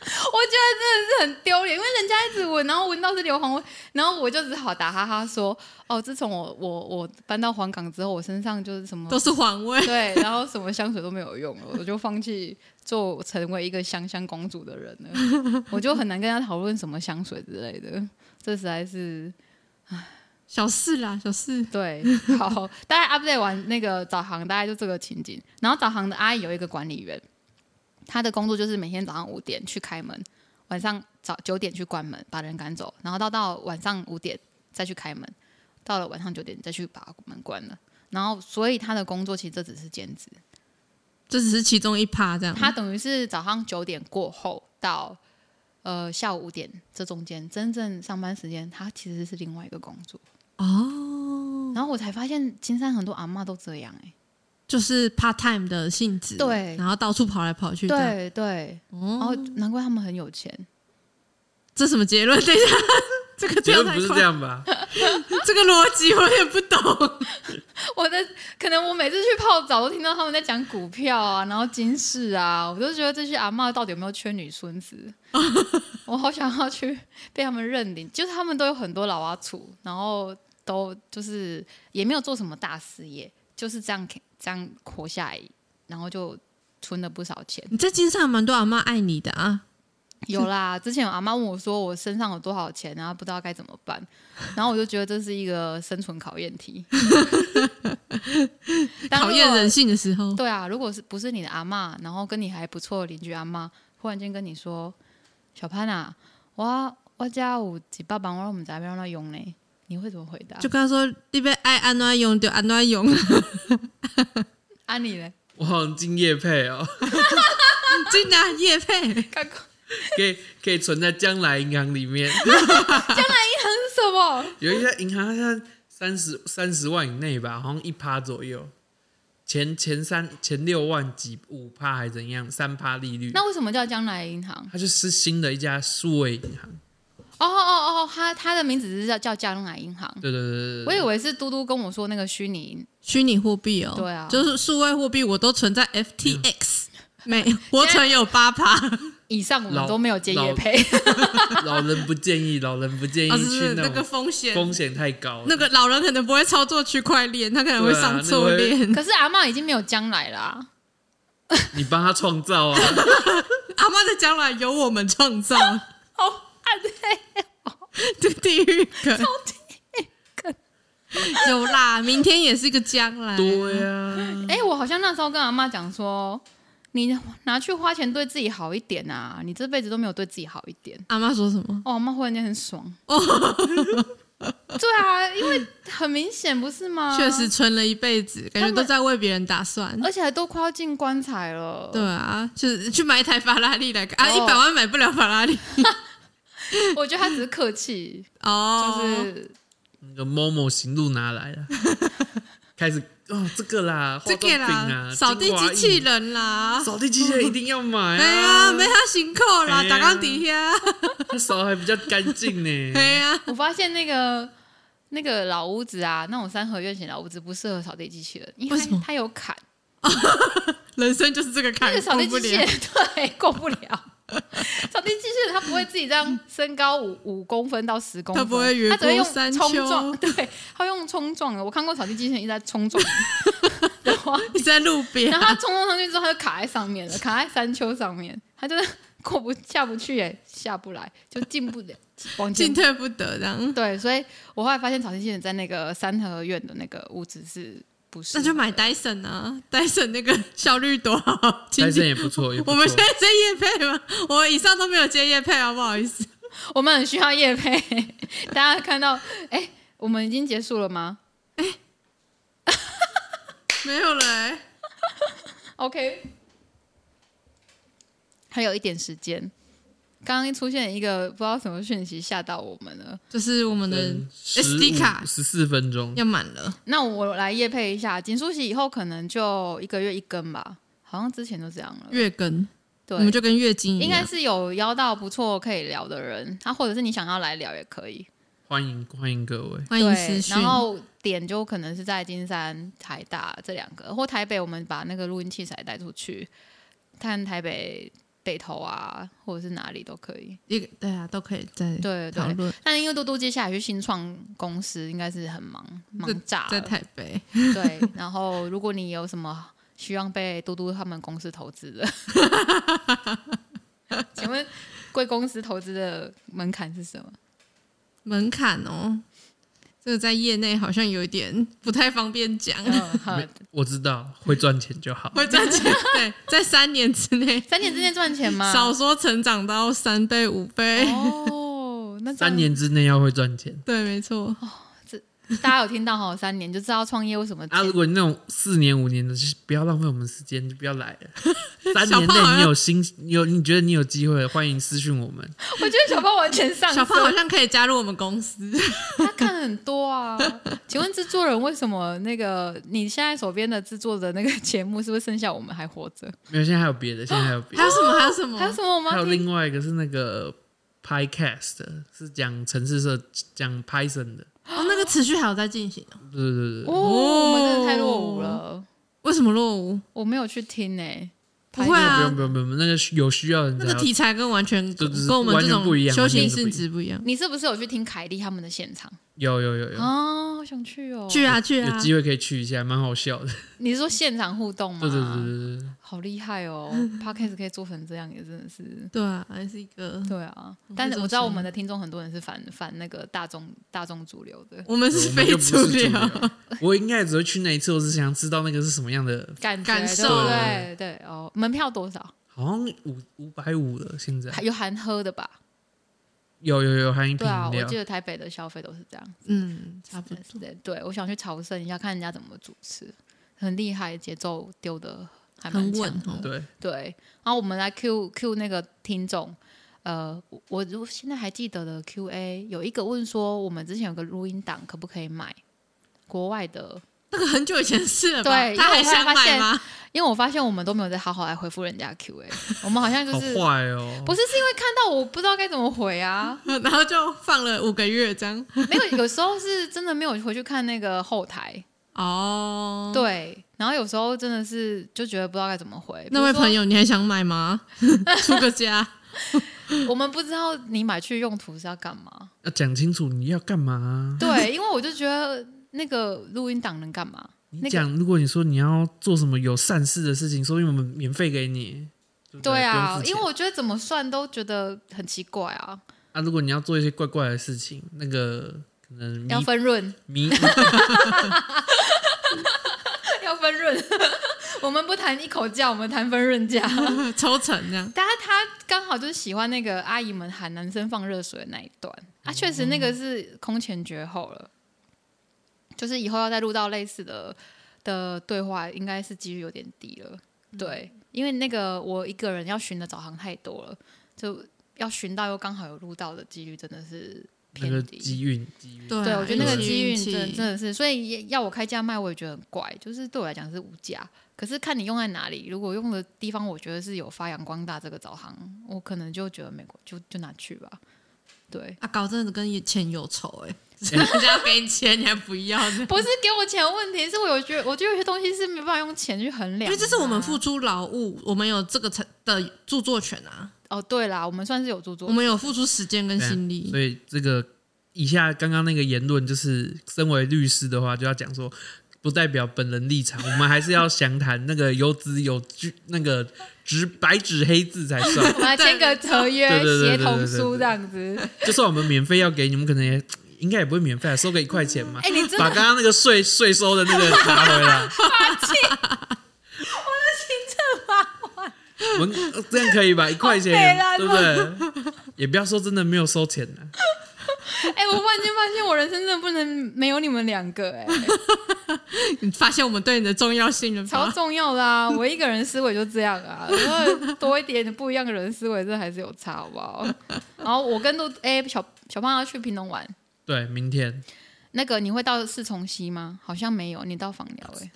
Speaker 4: 我觉得真的是很丢脸，因为人家一直闻，然后闻到是硫磺味，然后我就只好打哈哈说：“哦，自从我我我搬到黄冈之后，我身上就是什么
Speaker 5: 都是黄味，
Speaker 4: 对，然后什么香水都没有用了，我就放弃做成为一个香香公主的人了，我就很难跟他讨论什么香水之类的，这实在是
Speaker 5: 小事啦，小事。
Speaker 4: 对，好，大概 update 完那个导航，大概就这个情景。然后导航的阿姨有一个管理员，她的工作就是每天早上五点去开门，晚上早九点去关门，把人赶走，然后到到晚上五点再去开门，到了晚上九点再去把门关了。然后，所以她的工作其实这只是兼职，
Speaker 5: 这只是其中一趴，这样。
Speaker 4: 她等于是早上九点过后到呃下午五点这中间真正上班时间，她其实是另外一个工作。
Speaker 5: 哦，
Speaker 4: 然后我才发现金山很多阿嬷都这样哎、
Speaker 5: 就是 part time 的性质，
Speaker 4: 对
Speaker 5: 然后到处跑来跑去，，
Speaker 4: 对对，
Speaker 5: 哦，
Speaker 4: 哦，难怪他们很有钱。
Speaker 5: 这什么结论？等一下， [laughs] 这个
Speaker 6: 结
Speaker 5: 跳
Speaker 6: 论
Speaker 5: 太
Speaker 6: 不是
Speaker 5: 快
Speaker 6: 这，
Speaker 5: [laughs]
Speaker 6: 样吧？
Speaker 5: 这个逻辑我也不懂。
Speaker 4: [laughs] 我的可能我每次去泡澡都听到他们在讲股票啊，然后金市啊，我就觉得这些阿嬷到底有没有缺女孙子？ [laughs] 我好想要去被他们认领，就是他们都有很多老阿楚，然后都就是也没有做什么大事业，就是这样这样活下来，然后就存了不少钱。
Speaker 5: 你在街上蛮多阿妈爱你的啊，
Speaker 4: 有啦，之前有阿妈问我说我身上有多少钱，然后不知道该怎么办，然后我就觉得这是一个生存考验
Speaker 5: [laughs]
Speaker 4: 题，当
Speaker 5: 考验
Speaker 4: 如果
Speaker 5: 人。性的时候，
Speaker 4: 对啊，如果是不是你的阿妈，然后跟你还不错的邻居阿妈，忽然间跟你说，小潘啊，我我家有几百万，我们在让他用呢，你会怎么回答？
Speaker 5: 就跟他说你被爱安暖用就安暖用，
Speaker 4: 啊你嘞，
Speaker 6: 我好像敬业配哦，
Speaker 5: 真的啊叶配
Speaker 4: 看过
Speaker 6: 可以可以存在将来银行里面。 [laughs]
Speaker 4: 是 [laughs] 什么？
Speaker 6: 有一家银行，它现在三十三十万以内吧，好像一趴左右，前前三前六万几五趴还怎样，三趴利率。
Speaker 4: [laughs] 那为什么叫将来银行？
Speaker 6: 它就是新的一家数位银行。
Speaker 4: 哦哦哦哦，他他的名字是叫叫将来银行，
Speaker 6: 对对对对
Speaker 4: 我
Speaker 6: 对，
Speaker 4: 以为是嘟嘟跟我说那个虚拟银
Speaker 5: 虚拟货币哦，
Speaker 4: 对啊
Speaker 5: 就是数位货币我都存在 FTX，没我存有八趴，
Speaker 6: [laughs]
Speaker 4: 以上我
Speaker 6: 老
Speaker 4: 们都没有接业配，
Speaker 6: [laughs]
Speaker 4: [laughs]
Speaker 6: 老人不建议，老人不建议
Speaker 5: 啊，就是
Speaker 6: 去
Speaker 5: 那个
Speaker 6: 种
Speaker 5: 风险，
Speaker 6: 风险太高了。
Speaker 5: 那个老人可能不会操作区块链，他可能会
Speaker 6: 对啊
Speaker 5: 上错
Speaker 6: 那个会
Speaker 5: 链。
Speaker 4: 可是阿嬷已经没有将来啦、
Speaker 6: 你帮他创
Speaker 5: [laughs]
Speaker 6: 造
Speaker 5: [laughs]
Speaker 6: 啊，
Speaker 5: 阿妈的将来由我们创造，
Speaker 4: 好暗黑，
Speaker 5: 这地狱梗，有啦，明天也是一个将来。
Speaker 6: 对啊，
Speaker 4: 哎、我好像那时候跟阿嬷讲说，你拿去花钱对自己好一点啊，你这辈子都没有对自己好一点。
Speaker 5: 阿妈说什么？
Speaker 4: 哦，阿嬷忽然间很
Speaker 5: [laughs]
Speaker 4: 爽。对啊，因为很明显不是吗？
Speaker 5: 确实，存了一辈子，
Speaker 4: 啊他
Speaker 5: 感觉
Speaker 4: 们呃
Speaker 5: 都在为别人打算。
Speaker 4: 而且还都快要进棺材了。
Speaker 5: 对啊，就是去买一台法拉利来看啊，一
Speaker 4: 哦
Speaker 5: 百万买不了法拉利
Speaker 4: 我觉得他只是客气，
Speaker 5: 哦，
Speaker 4: 就是
Speaker 6: 那个某某行路拿
Speaker 5: [laughs]
Speaker 6: 来了，开始哦这个啦，
Speaker 5: 这个
Speaker 6: 化妆品啊，
Speaker 5: 啦，扫地
Speaker 6: 精华
Speaker 5: 机
Speaker 6: 液
Speaker 5: 器，人啦，
Speaker 6: 扫地机器人一定要买啊
Speaker 5: 哎呀，没他辛苦啦，
Speaker 6: 哎呀
Speaker 5: 打钢底下，
Speaker 6: 它扫得还比较干净呢。
Speaker 5: [laughs] 哎呀，
Speaker 4: 我发现那个那个老屋子啊，那种三合院型老屋子不适合扫地机器人，因
Speaker 5: 为什么
Speaker 4: 它有坎。
Speaker 5: 人生就是这个坎
Speaker 4: 那个，扫地
Speaker 5: 过不
Speaker 4: 机器
Speaker 5: 了
Speaker 4: 人 [laughs] 对过不了。扫地机器人它不会自己这样升高五五公分到十公分，
Speaker 5: 它不会越
Speaker 4: 它只会
Speaker 5: 过
Speaker 4: 用
Speaker 5: 山
Speaker 4: 冲
Speaker 5: 丘
Speaker 4: 撞， [laughs] 对，它会用冲撞的。我看过扫地机器人一直在冲撞 [laughs] 的话，
Speaker 5: 你在路边
Speaker 4: 然后它冲撞上去之后，它就卡在上面了，卡在山丘上面，它就是过不下不去耶，下不来，就进不了，往前
Speaker 5: [laughs] 进退不得这样。
Speaker 4: 对，所以我后来发现草地机器人在那个三合院的那个屋子是不是，
Speaker 5: 那就买 Dyson 啊，Dyson 那个效率多好。
Speaker 6: 戴
Speaker 5: 请
Speaker 6: 森也不错，也不
Speaker 5: 我
Speaker 6: 错
Speaker 5: 们现在接叶配吗？我们以上都没有接叶配啊，不好意思。
Speaker 4: [laughs] 我们很需要叶配。 [laughs] 大家看到，哎、我们已经结束了吗
Speaker 5: 没有了、欸，
Speaker 4: ？OK，还有一点时间。刚刚出现一个不知道什么讯息吓到我们了，
Speaker 5: 就是我们的 SD 卡
Speaker 6: 十四分钟，
Speaker 5: 要满了，
Speaker 4: 那我来叶配一下。锦书席以后可能就一个月一根吧，好像之前都这样了。
Speaker 5: 月更，
Speaker 4: 对，
Speaker 5: 我们就跟月经一
Speaker 4: 应
Speaker 5: 样。
Speaker 4: 该是有邀到不错可以聊的人，他、或者是你想要来聊也可以。
Speaker 6: 欢迎欢迎各位。
Speaker 5: 欢迎私
Speaker 4: 对，
Speaker 5: 讯
Speaker 4: 然，后点就可能是在金山、台大这两个，或台北，我们把那个录音器材带出去，看台北北投啊，或者是哪里都可以。
Speaker 5: 一个对啊，都可以再
Speaker 4: 对
Speaker 5: 讨
Speaker 4: 对，
Speaker 5: 论。
Speaker 4: 但因为嘟嘟接下来去新创公司，应该是很忙忙炸
Speaker 5: 在
Speaker 4: 了。
Speaker 5: 台北，
Speaker 4: 对，然后如果你有什么希望被嘟嘟他们公司投资的， [laughs] 请问贵公司投资的门槛是
Speaker 5: [laughs]
Speaker 4: 什么？
Speaker 5: 门槛哦，这个在业内好像有一点不太方便讲， [laughs]
Speaker 4: 嗯，好
Speaker 6: 没我知道会赚钱就好。
Speaker 5: 会赚钱。对，在三年之内，
Speaker 4: 三年之内赚钱吗？
Speaker 5: 少说成长到三倍五倍。
Speaker 4: 哦，那这样
Speaker 6: 三年之内要会赚钱
Speaker 5: 对，没错，
Speaker 4: [laughs] 大家有听到哈，三年就知道创业为什么
Speaker 6: 啊！如果你那种四年五年的，就是不要浪费我们时间，就不要来了。
Speaker 5: [laughs]
Speaker 6: 三
Speaker 5: 小
Speaker 6: 年
Speaker 5: 胖好啊像
Speaker 6: 内你有心，你有你觉得你有机会，欢迎私讯我们。
Speaker 4: 我觉得小胖完全
Speaker 6: [laughs]
Speaker 4: 上
Speaker 5: 小胖好
Speaker 4: 身，
Speaker 5: 像可以加入我们公司。
Speaker 4: 他看很多啊。请问制作人为什么那个你现在手边的制作的那个节目，是不是剩下我们还活着？
Speaker 6: 没有，现在还有别的，现在还有别
Speaker 5: 还
Speaker 6: 的，
Speaker 5: 有什么？还有什么？
Speaker 4: 还有什么我们
Speaker 6: 哦还
Speaker 4: 要
Speaker 6: 有
Speaker 4: 听？
Speaker 6: 另外一个是那个 Podcast，是讲城市设讲 Python 的。
Speaker 5: 哦，那个持续还有在进行哦。
Speaker 6: 对对对
Speaker 4: 哦，
Speaker 6: 对，
Speaker 4: 我们真的太落伍了，
Speaker 5: 为什么落伍？
Speaker 4: 我没有去听欸呢、
Speaker 5: 不会
Speaker 6: 不
Speaker 5: 啊
Speaker 6: 用，不用不用，那个需有需要的人
Speaker 5: 那
Speaker 6: 才
Speaker 5: 个
Speaker 6: 要
Speaker 5: 题材跟完全
Speaker 6: 对对对
Speaker 5: 跟我们这
Speaker 6: 完全不一
Speaker 5: 种
Speaker 6: 样
Speaker 5: 休闲性质不一样。
Speaker 4: 你是不是有去听凯莉他们的现场？
Speaker 6: 有有有有。
Speaker 4: 哦，好想去哦！
Speaker 5: 去啊去
Speaker 6: 有
Speaker 5: 啊！
Speaker 6: 机会可以去一下，蛮好笑的。
Speaker 4: 你是说现场互动吗？
Speaker 6: 对对对对对，
Speaker 4: 好厉害哦 [laughs] ！Podcast 可以做成这样，也真的是。
Speaker 5: 对啊，还是一个
Speaker 4: 对啊
Speaker 5: 我，
Speaker 4: 但是
Speaker 5: 会这
Speaker 4: 我
Speaker 5: 么
Speaker 4: 知道我
Speaker 5: 想
Speaker 4: 们的听众很多人是反反那个大众大众主流的
Speaker 5: 我们是
Speaker 6: 我们
Speaker 5: 非
Speaker 6: 就不是主
Speaker 5: 流。
Speaker 6: 流。我应该只会去那一次，我是想知道那个是什么样的，
Speaker 4: 感
Speaker 5: 感
Speaker 4: 觉
Speaker 5: 受
Speaker 4: 对对对哦，门票多少？
Speaker 6: 好像五五百五了，现在
Speaker 4: 还有含喝的吧？
Speaker 6: 有有有含一瓶
Speaker 4: 对啊，
Speaker 6: 饮
Speaker 4: 我
Speaker 6: 料
Speaker 4: 记，得台北的消费都是这样。
Speaker 5: 嗯，差不多。
Speaker 4: 对对，我想去朝圣一下，看人家怎么主持，很厉害，节奏丢的还蛮
Speaker 5: 很
Speaker 4: 强
Speaker 5: 稳
Speaker 4: 的
Speaker 5: 哦
Speaker 6: 对，
Speaker 4: 对，然后我们来 Q Q 那个听众，呃，我我如现在还记得的 Q A 有一个问说，我们之前有个录音档可不可以买国外的？
Speaker 5: 那个很久以前的事了吧？
Speaker 4: 对
Speaker 5: 他还想
Speaker 4: 因为我后
Speaker 5: 买
Speaker 4: 来
Speaker 5: 吗？ [laughs]
Speaker 4: 因为我发现我们都没有在好好来回复人家 Q A，我 [laughs] 们好像就
Speaker 6: 好
Speaker 4: 是
Speaker 6: 坏哦。
Speaker 4: 不是是因为看到我不知道该怎么回
Speaker 6: [laughs]
Speaker 4: 啊？
Speaker 5: 然后就放了五个月这样。
Speaker 4: 没有，有时候是真的没有回去看那个后台，
Speaker 5: 哦，，
Speaker 4: 对，然后有时候真的是就觉得不知道该怎么回。
Speaker 5: 那位朋
Speaker 4: 友，
Speaker 5: 友，你还想买吗？ [laughs] 出个家， [laughs]
Speaker 4: 我们不知道你买去用途是要干
Speaker 6: [laughs]
Speaker 4: 嘛？
Speaker 6: 要讲清楚你要干嘛。啊
Speaker 4: 对，因为我就觉得那个录音档能干嘛？那
Speaker 6: 你
Speaker 4: 个
Speaker 6: 讲，如果你说你要做什么有善事的事情，说不定我们免费给你。对不
Speaker 4: 对啊，
Speaker 6: 不用付钱
Speaker 4: 因为我觉得怎么算都觉得很奇怪啊，
Speaker 6: 啊，如果你要做一些怪怪的事情，那个可能迷
Speaker 4: 要分润， [laughs]
Speaker 6: 迷
Speaker 4: 要分润。 [laughs] 我们不谈一口价，我们谈分润价。
Speaker 5: 抽成这样。
Speaker 4: 但是他刚好就是喜欢那个阿姨们喊男生放热水的那一段，
Speaker 6: 嗯
Speaker 4: 啊，确实那个是空前绝后了。就是以后要再录到类似的的对话，应该是几率有点低了。
Speaker 6: 嗯
Speaker 4: 对，因为那个我一个人要寻的导航太多了，就要寻到又刚好有录到的几率真的是
Speaker 6: 那个
Speaker 4: 偏低。
Speaker 6: 机运机嗯运。
Speaker 5: 对
Speaker 4: 对，
Speaker 5: 啊
Speaker 4: 我觉得那个
Speaker 5: 运气
Speaker 4: 机运
Speaker 5: 运气
Speaker 4: 真的真的是，所以也要我开价卖，我也觉得很怪，就是对我来讲是无价。可是看你用在哪里，如果用的地方我觉得是有发扬光大这个导航，我可能就觉得美国就就拿去吧。
Speaker 6: [laughs]
Speaker 4: 对，
Speaker 5: 啊，搞真的跟钱有仇 [laughs] 哎、人家给你钱，你还不要呢？
Speaker 4: 不是给我钱的问题，是我有觉得，我觉得有些东西是没办法用钱去衡量的啊，
Speaker 5: 因为这是我们付出劳务，我们有这个成的著作权啊，
Speaker 4: 哦，对啦，我们算是有著作
Speaker 5: 我，们有付出时间跟心力
Speaker 6: 啊所。以这个以下刚刚那个言论，就是身为律师的话，就要讲说，不代表本人立场，我们还是要详谈那个有字有据，那个直白纸黑字才算。
Speaker 4: 我们来签个合约
Speaker 6: 对对对对
Speaker 4: 协
Speaker 6: 对
Speaker 4: 同
Speaker 6: 对
Speaker 4: 书
Speaker 6: 对
Speaker 4: 这样子。
Speaker 6: 就算我们免费要给你们，可能也应该也不会免费啊，收个一块钱嘛。
Speaker 4: 哎、你真
Speaker 6: 把
Speaker 4: 的
Speaker 6: 刚刚那个税税收的那个拿回来，我呃这样可以吧？一块钱
Speaker 4: 好，北
Speaker 6: 对
Speaker 4: 兰
Speaker 6: 不
Speaker 4: 哦
Speaker 6: 对？也不要说真的没有收钱啊呢、
Speaker 4: 哎、我忽然间发现我人生真的不能没有你们两个、
Speaker 6: [laughs]
Speaker 4: 哎，
Speaker 5: [laughs] 你发现我们对你的重要性了
Speaker 4: [laughs] 超
Speaker 5: 吧？
Speaker 4: 重要的啊！我一个人思维就这样啊，如果多一点不一样的人思维，这还是有差，好不 [laughs] 好？然后我跟杜哎、小小胖要去屏东玩，
Speaker 6: 对，明天
Speaker 4: 那个你会到四重溪吗？好像没有，你到访寮哎、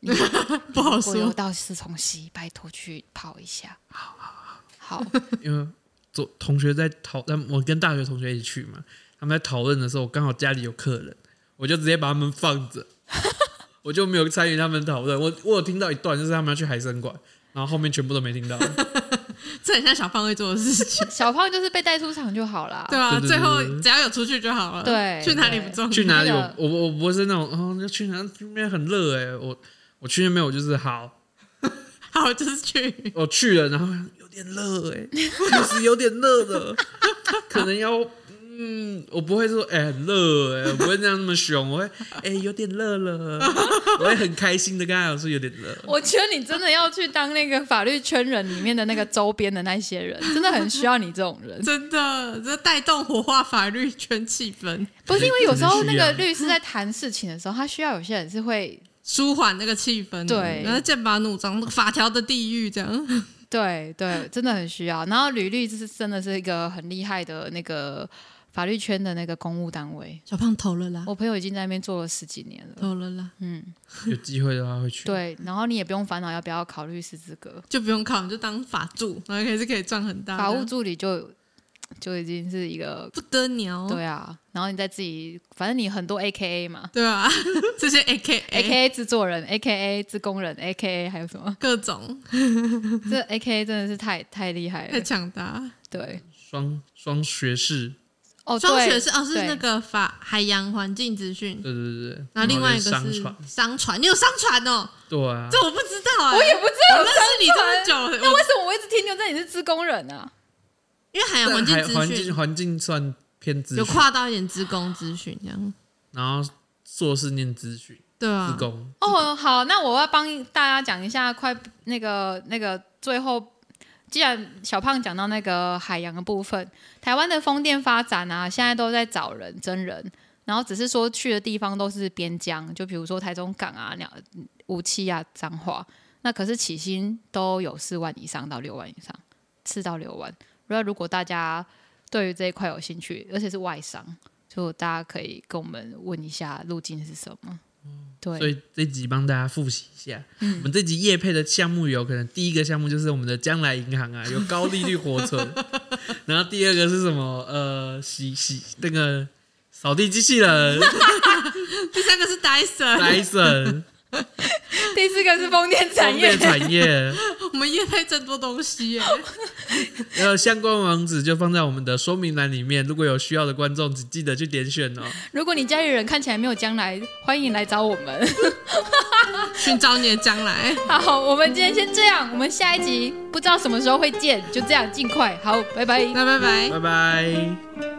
Speaker 4: 你 [laughs]
Speaker 5: 不好
Speaker 4: 我有
Speaker 5: 说，
Speaker 4: 到四重溪，拜托去跑一下。好好好，，
Speaker 6: 因为昨同学在讨，他们我跟大学同学一起去嘛，他们在讨论的时候，我刚好家里有客人，我就直接把他们放着，我就没有参与他们讨论。我我有听到一段，就是他们要去海参馆，然后后面全部都没听到。
Speaker 5: 这很像小胖会做的事 [laughs] 情
Speaker 4: 小胖就是被带出场就好啦。
Speaker 5: 对啊，
Speaker 6: 对对对
Speaker 5: 最后
Speaker 6: 对对
Speaker 5: 只要有出去就好了，
Speaker 4: 对
Speaker 5: 去哪里不重要，
Speaker 6: 去哪里
Speaker 4: 那
Speaker 6: 我
Speaker 4: 个
Speaker 6: 我我不是那种哦，要去哪那边很热哎、我我去那边我就是好，
Speaker 5: [laughs] 好就是去，
Speaker 6: 我去了，然后有点热哎、确实有点热的， [laughs] 可能要嗯，我不会说哎、很热哎、我不会那样那么凶，我会哎、有点热了，我会很开心的跟他讲说有点热。
Speaker 4: 我觉得你真的要去当那个法律圈人里面的那个周边的那些人，真的很需要你这种人。
Speaker 5: 真的，这带动火化法律圈气氛，
Speaker 4: 不是因为有时候
Speaker 6: 真
Speaker 4: 那
Speaker 6: 的需要
Speaker 4: 个律师在谈事情的时候，他需要有些人是会
Speaker 5: 舒缓那个气氛，
Speaker 4: 对
Speaker 5: 然后剑拔弩张，法条的地狱这样， [laughs]
Speaker 4: 对对，真的很需要。然后履历就是真的是一个很厉害的那个法律圈的那个公务单位，
Speaker 5: 小胖投了啦，
Speaker 4: 我朋友已经在那边做了十几年了。
Speaker 5: 投了啦，
Speaker 4: 嗯，
Speaker 6: 有机会的话会去。，
Speaker 4: 对，然后你也不用烦恼要不要考律师资格，
Speaker 5: 就不用考，你就当法助，然后也是可以赚很大的，
Speaker 4: 法务助理就就已经是一个
Speaker 5: 不得了，
Speaker 4: 对啊，然后你再自己，反正你很多 A K A 嘛
Speaker 5: 对啊， [laughs] 这些 A K
Speaker 4: ，A K A 制作人，A K A 制工人，A K A 还有什么？
Speaker 5: 各种 [laughs]
Speaker 4: 这 A K A 真的是太太厉害
Speaker 5: 太
Speaker 4: 了，
Speaker 5: 强大。
Speaker 4: 对，
Speaker 6: 双双学士，
Speaker 4: 哦，
Speaker 5: 双
Speaker 4: 对
Speaker 5: 学是哦，是
Speaker 4: 对
Speaker 5: 那个法海洋环境资讯，
Speaker 6: 对对对对。
Speaker 5: 然后另外一个
Speaker 6: 然后
Speaker 5: 是
Speaker 6: 是商船，
Speaker 5: 商船，你有商船哦？
Speaker 6: 对啊，
Speaker 5: 这我不知道哎，
Speaker 4: 我也不知道
Speaker 5: 我
Speaker 4: 有
Speaker 5: 认
Speaker 4: 商
Speaker 5: 识你这么
Speaker 4: 船
Speaker 5: 久，
Speaker 4: 那
Speaker 5: 我
Speaker 4: 为什么我一直停留在你是职工人啊？
Speaker 5: 因为海洋环境
Speaker 6: 但还环
Speaker 5: 资
Speaker 6: 境
Speaker 5: 讯
Speaker 6: 环境算偏资
Speaker 5: 有
Speaker 6: 讯，
Speaker 5: 跨到一点职工资讯这样，
Speaker 6: 然后硕士念资讯，
Speaker 5: 对
Speaker 6: 自
Speaker 5: 啊，
Speaker 6: 工。
Speaker 4: 哦，好，那我要帮大家讲一下，快那个那个最后，既然小胖讲到那个海洋的部分，台湾的风电发展啊，现在都在找人真人，然后只是说去的地方都是边疆，就比如说台中港啊、鸟无期啊、彰化，那可是起薪都有四万以上到六万以上，四到六万。那如果大家对于这一块有兴趣，而且是外商，就大家可以跟我们问一下路径是什么。对，
Speaker 6: 所以这集帮大家复习一下，
Speaker 4: 嗯
Speaker 6: 我们这集业配的项目有可能第一个项目就是我们的将来
Speaker 4: [laughs]
Speaker 6: 银行啊，有高利率活存，然后第二个是什么？呃，洗洗那个扫地机器人
Speaker 5: 第三个是 Dyson，
Speaker 6: ，Dyson，
Speaker 4: [laughs] 第四个是风电 [laughs] 产
Speaker 6: 风
Speaker 4: 业
Speaker 6: 电。产业，
Speaker 5: [laughs] 我们业配真多东西耶，
Speaker 6: 呃，相关网址就放在我们的说明栏里面，如果有需要的观众，请记得去点选哦。
Speaker 4: [laughs] 如果你家里人看起来没有将来，欢迎来找我们。 [laughs]
Speaker 5: 寻找你的将来，
Speaker 4: 好，我们今天先这样，我们下一集不知道什么时候会见，就这样，尽快。好，拜拜。
Speaker 5: 那拜拜。
Speaker 6: 拜拜。